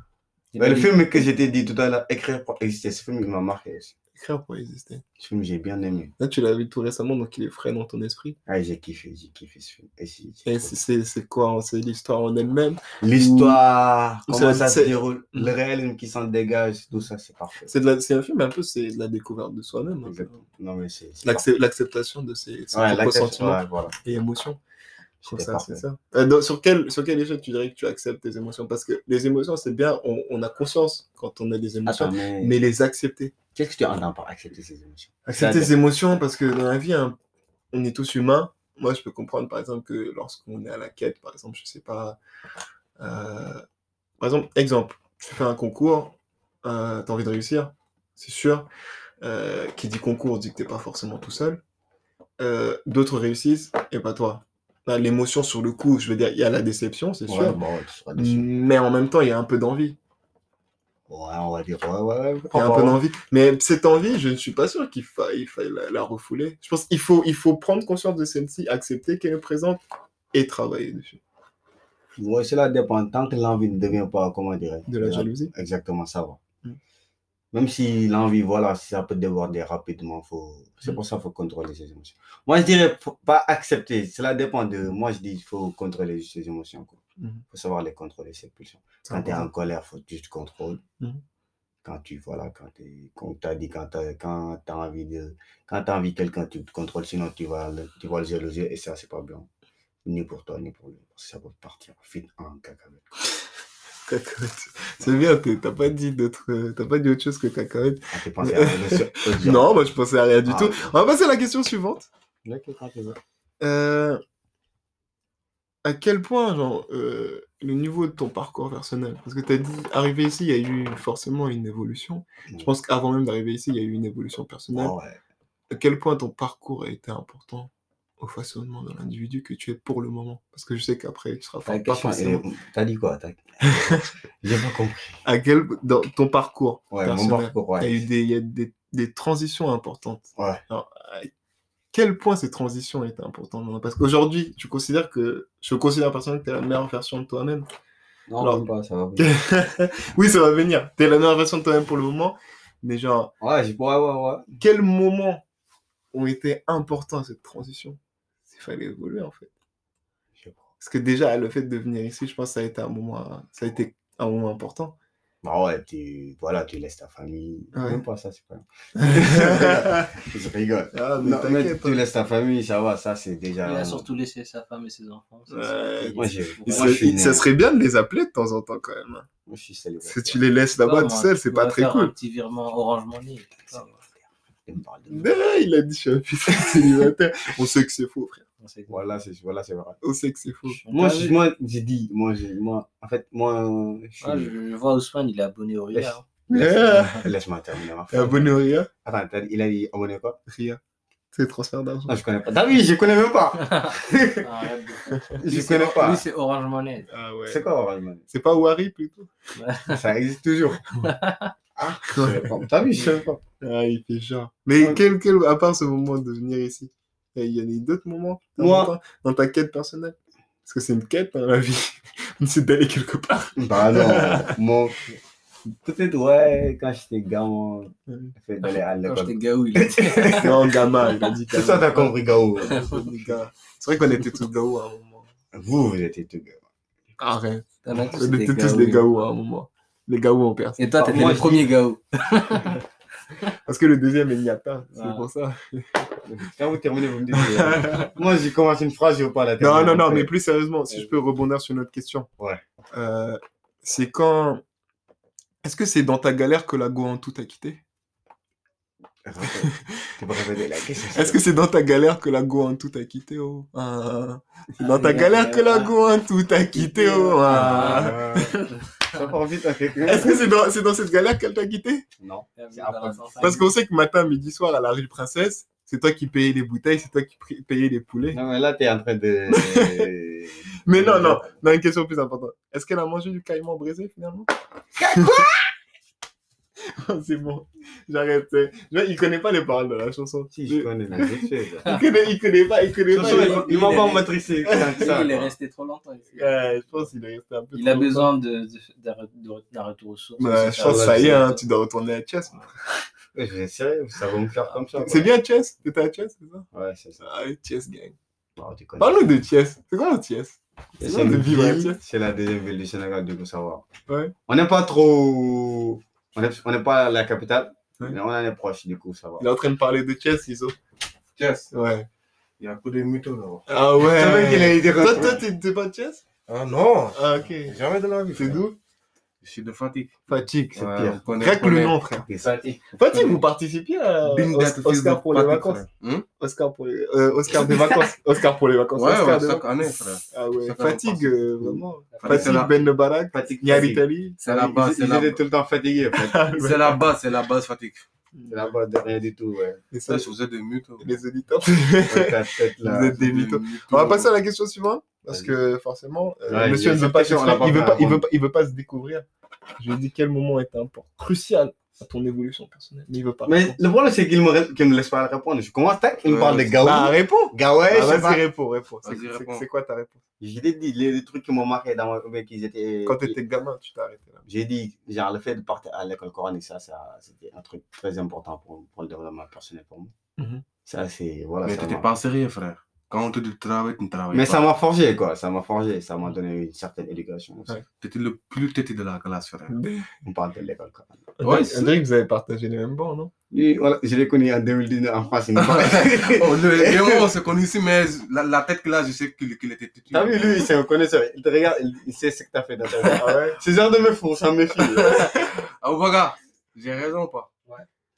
[SPEAKER 4] Il
[SPEAKER 3] Bah,
[SPEAKER 4] a
[SPEAKER 3] le
[SPEAKER 4] dit-
[SPEAKER 3] film que j'étais dit tout à l'heure, écrire pour exister, ce film qui m'a marqué aussi.
[SPEAKER 2] écrire pour exister.
[SPEAKER 3] Ce film, j'ai bien aimé.
[SPEAKER 2] Là, tu l'as vu tout récemment, donc il est frais dans ton esprit.
[SPEAKER 3] Ah, j'ai kiffé, j'ai kiffé ce film. Et si-
[SPEAKER 2] Et c'est- c'est c'est quoi hein, C'est l'histoire en elle-même.
[SPEAKER 3] L'histoire,
[SPEAKER 2] Ou-
[SPEAKER 3] comment
[SPEAKER 2] c'est-
[SPEAKER 3] ça se
[SPEAKER 2] c'est- Mmh.
[SPEAKER 3] déroule, le réel qui s'en dégage, tout ça, c'est parfait.
[SPEAKER 2] C'est hein. de la- c'est un film, mais un peu, c'est de la découverte de soi-même. un peu.
[SPEAKER 3] Exactement. Non, mais c'est. c'est
[SPEAKER 2] L'accep- L'acceptation de ses, ses
[SPEAKER 3] parfait. Ouais,
[SPEAKER 2] propres
[SPEAKER 3] l'acceptation,
[SPEAKER 2] sentiments
[SPEAKER 3] ouais, voilà.
[SPEAKER 2] et émotions. Je trouve
[SPEAKER 3] C'était
[SPEAKER 2] ça,
[SPEAKER 3] parfait.
[SPEAKER 2] c'est ça. Euh, dans- sur, quelle, sur quelle échelle tu dirais que tu acceptes tes émotions Parce que les émotions, c'est bien, on, on a conscience quand on a des émotions,
[SPEAKER 3] Attends, mais,
[SPEAKER 2] mais les accepter.
[SPEAKER 3] qu'est-ce que tu entends par accepter ces émotions
[SPEAKER 2] Accepter
[SPEAKER 3] C'est-à-dire-
[SPEAKER 2] ses émotions, parce que dans la vie, hein, on est tous humains. Moi, je peux comprendre, par exemple, que lorsqu'on est à la quête, par exemple, je sais pas. euh, par exemple, exemple, tu fais un concours, euh, tu as envie de réussir, c'est sûr. Euh, qui dit concours dit que t'es pas forcément tout seul. Euh, D'autres réussissent, et pas toi. Là, L'émotion sur le coup, je veux dire, il y a la déception, c'est
[SPEAKER 3] Ouais,
[SPEAKER 2] sûr. Mm.
[SPEAKER 3] bon, ouais, tu seras déçu.
[SPEAKER 2] Mais en même temps, il y a un peu d'envie.
[SPEAKER 3] Ouais, on va dire, ouais, ouais, ouais.
[SPEAKER 2] Il y a un peu
[SPEAKER 3] bon, Oh, bah ouais.
[SPEAKER 2] d'envie. Mais cette envie, je ne suis pas sûr qu'il faille, il faille la, la refouler. Je pense qu'il faut, il faut prendre conscience de celle-ci, accepter qu'elle est présente et travailler dessus.
[SPEAKER 3] Ouais, cela dépend. Tant que l'envie ne devient pas, comment dirais
[SPEAKER 2] De la jalousie.
[SPEAKER 3] Exactement, ça va.
[SPEAKER 2] Mm.
[SPEAKER 3] Même si l'envie, voilà, si ça peut déborder rapidement, faut... c'est
[SPEAKER 2] Mm.
[SPEAKER 3] pour ça qu'il faut contrôler ses émotions. Moi, je dirais faut pas accepter. Cela dépend de. Moi, je dis il faut contrôler ses émotions. Il
[SPEAKER 2] Mm.
[SPEAKER 3] faut savoir les contrôler, ses pulsions.
[SPEAKER 2] C'est
[SPEAKER 3] Quand tu es en
[SPEAKER 2] important.
[SPEAKER 3] colère, faut juste contrôle.
[SPEAKER 2] Mm.
[SPEAKER 3] Quand tu voilà, quand t'es- quand t'as dit, quand t'as, quand t'as envie de, quand t'as envie de quelqu'un, tu te contrôles, sinon tu vas, le- tu vas le jalouser et ça, c'est pas bien. Ni pour toi, ni pour lui. Parce que ça peut partir vite en cacahuète.
[SPEAKER 2] C'est bien, t'es- t'as pas dit d'autre, euh, t'as pas dit autre chose que cacahuète.
[SPEAKER 3] Ah, t'es pensé à la
[SPEAKER 2] [LAUGHS]
[SPEAKER 3] relation autre genre.
[SPEAKER 2] Non, moi je pensais à rien du
[SPEAKER 3] Ah,
[SPEAKER 2] tout. On va passer à la question suivante.
[SPEAKER 3] ok, quand tu veux.
[SPEAKER 2] Euh, à quel point, genre, euh, le niveau de ton parcours personnel Parce que t'as dit, arrivé ici, il y a eu forcément une évolution.
[SPEAKER 3] Mm.
[SPEAKER 2] Je pense qu'avant même d'arriver ici, il y a eu une évolution personnelle.
[SPEAKER 3] Ah ouais.
[SPEAKER 2] à quel point ton parcours a été important au façonnement de l'individu que tu es pour le moment. Parce que je sais qu'après, tu seras
[SPEAKER 3] Ta
[SPEAKER 2] pas
[SPEAKER 3] question, elle
[SPEAKER 2] forcément.
[SPEAKER 3] est- [LAUGHS] T'as dit quoi
[SPEAKER 2] [LAUGHS]
[SPEAKER 3] t'as- J'ai pas compris.
[SPEAKER 2] À quel... Dans ton parcours
[SPEAKER 3] Ouais, mon
[SPEAKER 2] personnel,
[SPEAKER 3] parcours,
[SPEAKER 2] il y a eu
[SPEAKER 3] ouais.
[SPEAKER 2] des, il y a des, des transitions importantes.
[SPEAKER 3] Ouais.
[SPEAKER 2] Alors, à quel point ces transitions étaient importantes maintenant Parce qu'aujourd'hui, tu considères que... Je considère personnellement que tu es la meilleure version de toi-même. [LAUGHS]
[SPEAKER 3] Non,
[SPEAKER 2] Alors-
[SPEAKER 3] même pas, ça va. venir.
[SPEAKER 2] oui, ça va venir. Tu es la meilleure version de toi-même pour le moment. Mais genre,
[SPEAKER 3] Ouais, j'ai- ouais, ouais, ouais.
[SPEAKER 2] quels moments ont été importants à cette transition Il fallait évoluer, en fait.
[SPEAKER 3] Je sais pas.
[SPEAKER 2] Parce que déjà, le fait de venir ici, je pense que ça a été un moment, ça a été un moment
[SPEAKER 3] [LAUGHS]
[SPEAKER 2] important.
[SPEAKER 3] Bah ouais, tu, voilà, tu laisses ta famille.
[SPEAKER 2] Ouais.
[SPEAKER 3] Même pas ça, c'est pas.
[SPEAKER 2] ah,
[SPEAKER 3] Je rigole.
[SPEAKER 2] mais
[SPEAKER 3] Non, mais
[SPEAKER 2] t'inquiète. hein.
[SPEAKER 3] tu laisses ta famille, ça va, ça c'est déjà.
[SPEAKER 4] Il a surtout laissé sa femme et ses enfants. ça,
[SPEAKER 2] Ouais,
[SPEAKER 4] c'est-
[SPEAKER 3] moi, j'ai-
[SPEAKER 4] c'est-
[SPEAKER 2] Il
[SPEAKER 3] Moi, je
[SPEAKER 2] serait-
[SPEAKER 3] suis
[SPEAKER 2] il- ça
[SPEAKER 3] né.
[SPEAKER 2] serait bien de les appeler de temps en temps quand même. hein.
[SPEAKER 3] Moi, je suis
[SPEAKER 2] Parce
[SPEAKER 3] célibataire.
[SPEAKER 2] que tu les laisses là-bas
[SPEAKER 4] Ouais,
[SPEAKER 2] tout seul,
[SPEAKER 4] tu
[SPEAKER 2] c'est
[SPEAKER 4] pourrais
[SPEAKER 2] pas très
[SPEAKER 4] faire Un
[SPEAKER 2] cool.
[SPEAKER 4] petit virement orange money. Ça, ouais.
[SPEAKER 3] Tu me parles de moi.
[SPEAKER 2] Ah, il a dit je suis un putain de célibataire. On sait que c'est faux, frère.
[SPEAKER 4] On sait-
[SPEAKER 3] Voilà, c'est voilà, c'est vrai.
[SPEAKER 2] On sait que c'est faux.
[SPEAKER 4] On
[SPEAKER 3] Moi,
[SPEAKER 4] t'a
[SPEAKER 3] je-
[SPEAKER 4] vu.
[SPEAKER 3] moi, j'ai dit, moi, j'ai- moi, en fait, moi, je suis.
[SPEAKER 4] Ah, je, je vois Ousmane, il est abonné au RIA. hein.
[SPEAKER 2] Ah,
[SPEAKER 3] Laisse-moi terminer. ma
[SPEAKER 2] et
[SPEAKER 3] phrase.
[SPEAKER 2] abonné au RIA
[SPEAKER 3] Attends, t'as- il a dit abonné quoi
[SPEAKER 2] RIA. C'est le transfert d'argent.
[SPEAKER 3] Non, je connais pas. T'as vu, je connais même pas.
[SPEAKER 4] Arrête de- Lui,
[SPEAKER 3] Je
[SPEAKER 4] c'est-
[SPEAKER 3] connais pas.
[SPEAKER 4] Lui, c'est Orange Money.
[SPEAKER 2] Ah ouais.
[SPEAKER 3] C'est quoi, Orange Money
[SPEAKER 2] C'est pas Wari plutôt
[SPEAKER 3] Ça existe toujours. Ah, je savais pas. T'as vu, je savais pas.
[SPEAKER 2] Ah, il fait genre. Mais
[SPEAKER 3] Ouais.
[SPEAKER 2] quel, quel, à part ce moment de venir ici, il y a eu d'autres moments
[SPEAKER 3] Moi.
[SPEAKER 2] importants dans ta quête personnelle Parce que c'est une quête dans la vie. [LAUGHS] c'est d'aller quelque part.
[SPEAKER 3] Bah non, mon. Peut-être, ouais, quand j'étais gamin,
[SPEAKER 2] Ouais.
[SPEAKER 3] le fait d'aller à
[SPEAKER 4] Quand
[SPEAKER 3] l'école.
[SPEAKER 4] j'étais
[SPEAKER 2] [LAUGHS]
[SPEAKER 4] gaou, il était.
[SPEAKER 2] [LAUGHS] Non, gamin, il a dit
[SPEAKER 3] C'est ça, t'as
[SPEAKER 2] gamin.
[SPEAKER 3] compris, Gao.
[SPEAKER 2] C'est vrai qu'on était tous gaou à un moment.
[SPEAKER 3] Vous, vous étiez tout gamin.
[SPEAKER 2] Arrête.
[SPEAKER 4] T'en as tous
[SPEAKER 2] On
[SPEAKER 4] été
[SPEAKER 2] était tous
[SPEAKER 4] gaou.
[SPEAKER 2] des gaou à un moment. Les gaou en perse.
[SPEAKER 4] Et toi, t'étais
[SPEAKER 3] Moi,
[SPEAKER 4] le
[SPEAKER 3] je
[SPEAKER 4] premier gaou.
[SPEAKER 2] Parce que le deuxième, il n'y a pas. C'est
[SPEAKER 4] Voilà.
[SPEAKER 2] pour ça.
[SPEAKER 3] Quand vous terminez, vous me dites. [LAUGHS] euh, Moi, j'ai commencé une phrase, je veux pas la
[SPEAKER 2] Non,
[SPEAKER 3] terminer.
[SPEAKER 2] non, non, mais
[SPEAKER 3] plus.
[SPEAKER 2] plus sérieusement, si je peux rebondir sur notre question.
[SPEAKER 3] Ouais.
[SPEAKER 2] Euh, c'est quand. Est-ce que c'est dans ta galère que la go en tout t'a quitté
[SPEAKER 3] [LAUGHS] Tu peux répéter la question.
[SPEAKER 2] Est-ce que c'est dans ta galère que la go en tout t'a quitté oh Ah. C'est dans ta
[SPEAKER 4] Ah,
[SPEAKER 2] galère que la
[SPEAKER 4] ah.
[SPEAKER 2] go en tout t'a quitté oh Ah.
[SPEAKER 3] Ah, Ça part vite à quelqu'un.
[SPEAKER 2] Est-ce que c'est dans, c'est dans cette galère qu'elle t'a quitté
[SPEAKER 3] Non.
[SPEAKER 4] Bienvenue dans la
[SPEAKER 2] Parce
[SPEAKER 4] Saint-Saëns.
[SPEAKER 2] qu'on sait que matin, midi, soir, à la rue Princesse, c'est toi qui payais les bouteilles, c'est toi qui pri- payais les poulets.
[SPEAKER 3] Non, mais là, t'es en train de.
[SPEAKER 2] [LAUGHS] Mais non, non, non, [LAUGHS] une question plus importante. Est-ce qu'elle a mangé du caïman brisé finalement Oh, c'est bon, j'arrête. euh. Je- Il connaît pas les paroles de la chanson.
[SPEAKER 3] Si, je connais, mais vite fait, là.
[SPEAKER 2] Il connaît, il connaît pas, il connaît
[SPEAKER 3] De
[SPEAKER 2] pas.
[SPEAKER 3] toute façon,
[SPEAKER 2] les-
[SPEAKER 3] il- Il m'a
[SPEAKER 4] il
[SPEAKER 3] pas
[SPEAKER 4] est-
[SPEAKER 3] matricé.
[SPEAKER 4] Il est resté trop longtemps ici.
[SPEAKER 2] Ouais, je pense qu'il est resté un peu.
[SPEAKER 4] Il a
[SPEAKER 2] trop longtemps.
[SPEAKER 4] besoin de, de- d'un re- de- d'un retour aux sources.
[SPEAKER 2] Bah, je pense que ça y est, hein, tu dois retourner à Chess.
[SPEAKER 3] J'essaie, ça va me faire comme ça.
[SPEAKER 2] C'est bien Chess T'étais à Chess, c'est ça
[SPEAKER 3] quoi. Ouais, c'est ça.
[SPEAKER 2] Ah, Chess gang.
[SPEAKER 3] Non, tu connais.
[SPEAKER 2] Parle-nous de Chess. C'est quoi Chess
[SPEAKER 3] Et
[SPEAKER 2] c'est
[SPEAKER 3] c'est
[SPEAKER 2] bon de
[SPEAKER 3] une
[SPEAKER 2] vivre,
[SPEAKER 3] ville,
[SPEAKER 2] hein,
[SPEAKER 3] C'est la deuxième ville du Sénégal, du coup, ça va.
[SPEAKER 2] Ouais.
[SPEAKER 3] On n'est pas trop. On n'est on n'est pas à la capitale,
[SPEAKER 2] Ouais.
[SPEAKER 3] mais on en est proche, du coup, ça va.
[SPEAKER 2] Il est en train de parler de Chess, Iso.
[SPEAKER 5] Yes,
[SPEAKER 2] Ouais.
[SPEAKER 5] il y a un peu de mytho là.
[SPEAKER 2] Ah ouais.
[SPEAKER 3] Le mec, il a été
[SPEAKER 2] Toi,
[SPEAKER 3] reconstruit.
[SPEAKER 2] toi, t'es t'es pas de Chess
[SPEAKER 5] Ah non,
[SPEAKER 2] Ah, ok.
[SPEAKER 5] jamais de la vie.
[SPEAKER 2] C'est
[SPEAKER 5] frère.
[SPEAKER 2] d'où
[SPEAKER 5] Je suis de fatigue.
[SPEAKER 2] Fatigue, c'est
[SPEAKER 5] Ouais,
[SPEAKER 2] pire.
[SPEAKER 5] on connaît-
[SPEAKER 2] Rien que
[SPEAKER 5] on
[SPEAKER 2] le
[SPEAKER 5] connaît.
[SPEAKER 2] nom, frère.
[SPEAKER 3] Et ça,
[SPEAKER 4] Fatih.
[SPEAKER 2] Fatigue, vous participiez à
[SPEAKER 5] Bing
[SPEAKER 2] Os-
[SPEAKER 5] dat, fils
[SPEAKER 2] Oscar
[SPEAKER 5] de
[SPEAKER 2] pour les
[SPEAKER 5] Patrick,
[SPEAKER 2] vacances
[SPEAKER 5] frère. Hum
[SPEAKER 2] Oscar pour les, euh, Oscar des [LAUGHS] vacances. Oscar pour les vacances.
[SPEAKER 5] Ouais,
[SPEAKER 2] Oscar
[SPEAKER 5] ouais,
[SPEAKER 2] des
[SPEAKER 5] chaque
[SPEAKER 2] vacances.
[SPEAKER 5] année, frère.
[SPEAKER 2] Ah ouais,
[SPEAKER 5] Chaque
[SPEAKER 2] fatigue,
[SPEAKER 5] année,
[SPEAKER 2] euh, vraiment.
[SPEAKER 5] Fatigue, c'est
[SPEAKER 2] Fatigue,
[SPEAKER 5] la-
[SPEAKER 2] Ben le Barak,
[SPEAKER 3] fatigue, fatigue.
[SPEAKER 2] Niaritali.
[SPEAKER 5] C'est la
[SPEAKER 3] Ils-
[SPEAKER 5] base,
[SPEAKER 3] Ils
[SPEAKER 5] c'est la
[SPEAKER 3] étaient tout le temps fatigués, en fait. [LAUGHS]
[SPEAKER 5] c'est la base, c'est la base fatigue.
[SPEAKER 3] C'est la base de rien du tout, ouais.
[SPEAKER 2] [LAUGHS] Et
[SPEAKER 5] Ça,
[SPEAKER 2] ça,
[SPEAKER 5] je faisais des
[SPEAKER 2] [LAUGHS]
[SPEAKER 5] mythos.
[SPEAKER 2] les auditeurs.
[SPEAKER 3] Ouais, ta tête, là.
[SPEAKER 2] Vous êtes des mythos. On va passer à la question suivante, parce
[SPEAKER 3] Vas-y.
[SPEAKER 2] que forcément, euh,
[SPEAKER 3] Ouais,
[SPEAKER 2] monsieur
[SPEAKER 3] il y
[SPEAKER 2] ne
[SPEAKER 3] a
[SPEAKER 2] veut
[SPEAKER 3] cette
[SPEAKER 2] pas,
[SPEAKER 3] question, on l'a
[SPEAKER 2] s'exprimer, il, veut
[SPEAKER 3] pas fait
[SPEAKER 2] pas, il,
[SPEAKER 3] avant.
[SPEAKER 2] veut pas, il veut pas se découvrir. Je lui ai dit quel moment était un point crucial à ton évolution personnelle, mais il veut pas.
[SPEAKER 3] Mais le problème, c'est qu'il me, qu'il me laisse pas répondre. Je commence, tac, il me
[SPEAKER 5] Ouais,
[SPEAKER 3] parle de
[SPEAKER 5] c'est-
[SPEAKER 3] Gaou.
[SPEAKER 2] Bah, réponds
[SPEAKER 3] Gaoué,
[SPEAKER 2] Ah,
[SPEAKER 3] je sais pas.
[SPEAKER 2] Vas-y, réponds, réponds. C'est-
[SPEAKER 5] Vas-y,
[SPEAKER 2] c'est-
[SPEAKER 5] réponds.
[SPEAKER 2] C'est quoi ta réponse
[SPEAKER 3] Je t'ai dit, les, les trucs qui m'ont marqué dans ma vie, qu'ils étaient.
[SPEAKER 2] Quand t'étais gamin, tu t'es arrêté là.
[SPEAKER 3] J'ai dit, genre, le fait de partir à l'école coranique, ça, ça c'était un truc très important pour, pour le développement personnel pour moi.
[SPEAKER 2] Mhm.
[SPEAKER 3] Ça, c'est. Voilà,
[SPEAKER 5] Mais
[SPEAKER 3] ça
[SPEAKER 5] t'étais
[SPEAKER 3] m'a-
[SPEAKER 5] pas sérieux, frère. Quand on te dit de travailler, tu ne travailles
[SPEAKER 3] Mais
[SPEAKER 5] pas.
[SPEAKER 3] ça m'a forgé, quoi. Ça m'a forgé. Ça m'a donné une certaine éducation. aussi.
[SPEAKER 2] Ouais.
[SPEAKER 5] T'étais le plus têtu de la classe, frère.
[SPEAKER 3] On parle de l'école coranique.
[SPEAKER 2] Ouais,
[SPEAKER 5] Ouais,
[SPEAKER 2] c'est vrai que vous avez partagé les mêmes bancs, non
[SPEAKER 3] Lui, voilà, je l'ai connu en 2019 en France. Il me parle.
[SPEAKER 5] [LAUGHS] Oh,
[SPEAKER 2] [LAUGHS]
[SPEAKER 5] le- et moi, on se connaît ici, mais la, la tête qu'il a, je sais qu'il qu'il était têtu.
[SPEAKER 3] T'as vu, lui, c'est un connaisseur. Il te regarde, il, il sait ce que t'as fait dans ta vie.
[SPEAKER 2] Ah ouais
[SPEAKER 3] C'est genre de me fou, ça me méfie.
[SPEAKER 5] Ah, voilà, j'ai raison ou pas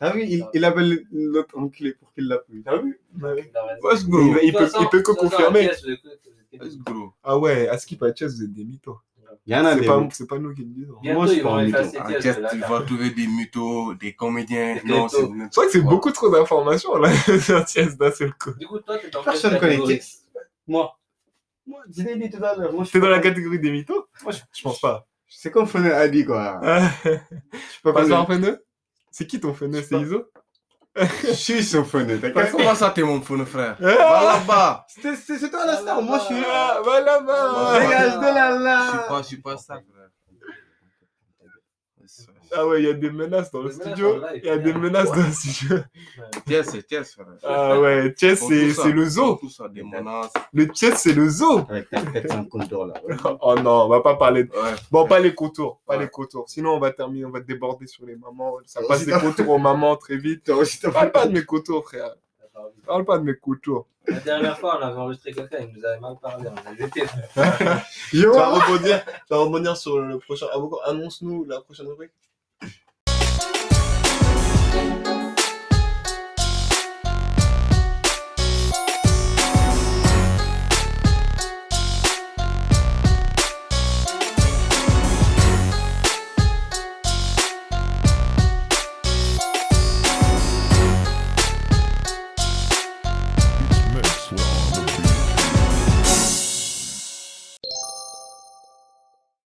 [SPEAKER 3] T'as vu, il, il appelle l'autre enculé pour qu'il l'appuie. T'as vu
[SPEAKER 2] Ouais.
[SPEAKER 4] Il a raison.
[SPEAKER 5] Wesh,
[SPEAKER 2] Il,
[SPEAKER 5] gros.
[SPEAKER 2] va- il peut, il peut que
[SPEAKER 4] De toute façon,
[SPEAKER 2] confirmer.
[SPEAKER 4] Mathias, je crois que vous êtes-
[SPEAKER 5] Wesh, gros.
[SPEAKER 2] Ah ouais, à Skip à Chess, vous êtes des mythos.
[SPEAKER 3] Il y en a
[SPEAKER 2] C'est
[SPEAKER 3] des.
[SPEAKER 2] pas, c'est pas nous qui le disons.
[SPEAKER 3] Yeah.
[SPEAKER 4] Bientôt,
[SPEAKER 3] je
[SPEAKER 4] ils vont
[SPEAKER 3] parle du
[SPEAKER 4] effacer
[SPEAKER 5] Ah,
[SPEAKER 4] Mathias
[SPEAKER 5] qu'est-ce
[SPEAKER 4] de la
[SPEAKER 5] que tu
[SPEAKER 4] carte.
[SPEAKER 5] vas trouver des mythos, des comédiens.
[SPEAKER 4] Des
[SPEAKER 5] Non, c'est
[SPEAKER 4] mythos.
[SPEAKER 2] C'est vrai que c'est
[SPEAKER 5] Ouais.
[SPEAKER 2] beaucoup trop d'informations là [LAUGHS] sur Chess d'un seul coup.
[SPEAKER 4] Du coup, toi, t'es dans
[SPEAKER 3] Personne
[SPEAKER 4] quelle
[SPEAKER 3] connaît
[SPEAKER 4] catégorie
[SPEAKER 3] Kiss. Moi. Moi, je l'ai dit tout à l'heure. moi, je-
[SPEAKER 2] T'es dans la catégorie des mythos
[SPEAKER 3] Moi, je-
[SPEAKER 2] Je pense pas.
[SPEAKER 3] C'est comme Feneu a
[SPEAKER 2] [LAUGHS]
[SPEAKER 3] dit, quoi. Je peux
[SPEAKER 2] Passe
[SPEAKER 3] pas.
[SPEAKER 2] par Feneux C'est qui ton Feneux
[SPEAKER 3] Je sais
[SPEAKER 2] C'est
[SPEAKER 3] pas.
[SPEAKER 2] Iso
[SPEAKER 3] Je suis son Feneu, t'as
[SPEAKER 5] Parce que
[SPEAKER 3] capté
[SPEAKER 5] Comment ça, t'es mon fun, frère Va
[SPEAKER 2] Ah
[SPEAKER 5] là-bas
[SPEAKER 3] C'est c'est- c'est toi la star, moi je suis là.
[SPEAKER 2] Ah, va là-bas
[SPEAKER 4] Ouais.
[SPEAKER 3] Dégage de bah, là
[SPEAKER 5] Je suis
[SPEAKER 3] là.
[SPEAKER 5] pas, je suis pas ça, frère.
[SPEAKER 2] Ah ouais, il y a des menaces dans le
[SPEAKER 4] Des menaces
[SPEAKER 2] studio.
[SPEAKER 4] en live.
[SPEAKER 2] Il y a des menaces dans le studio.
[SPEAKER 5] Tiens, c'est tiens, frère.
[SPEAKER 2] [LAUGHS] Ah ouais, Chess,
[SPEAKER 5] Pour
[SPEAKER 2] c'est
[SPEAKER 5] tout ça,
[SPEAKER 2] c'est le
[SPEAKER 5] pour
[SPEAKER 2] zoo.
[SPEAKER 5] Tout ça, des menaces.
[SPEAKER 2] Le Chess, c'est le zoo.
[SPEAKER 3] Avec ta tête sans contour là. ouais.
[SPEAKER 2] Oh non, on va pas parler de
[SPEAKER 5] Ouais.
[SPEAKER 2] Bon, pas les contours, pas
[SPEAKER 5] Ouais.
[SPEAKER 2] les contours. Sinon, on va terminer, on va déborder sur les mamans. Ça
[SPEAKER 3] Vas-y,
[SPEAKER 2] passe des
[SPEAKER 3] t'as-
[SPEAKER 2] contours aux mamans très vite.
[SPEAKER 3] Toi aussi, t'as
[SPEAKER 2] Parle
[SPEAKER 3] pas-
[SPEAKER 2] pas de mes contours, frère. Parle pas de mes contours.
[SPEAKER 4] La dernière fois, on avait enregistré quelqu'un, il nous avait mal parlé, on l'a jeté.
[SPEAKER 3] Yo.
[SPEAKER 2] Tu vas rebondir, tu vas rebondir sur le prochain. Avocat, annonce-nous la prochaine rubrique.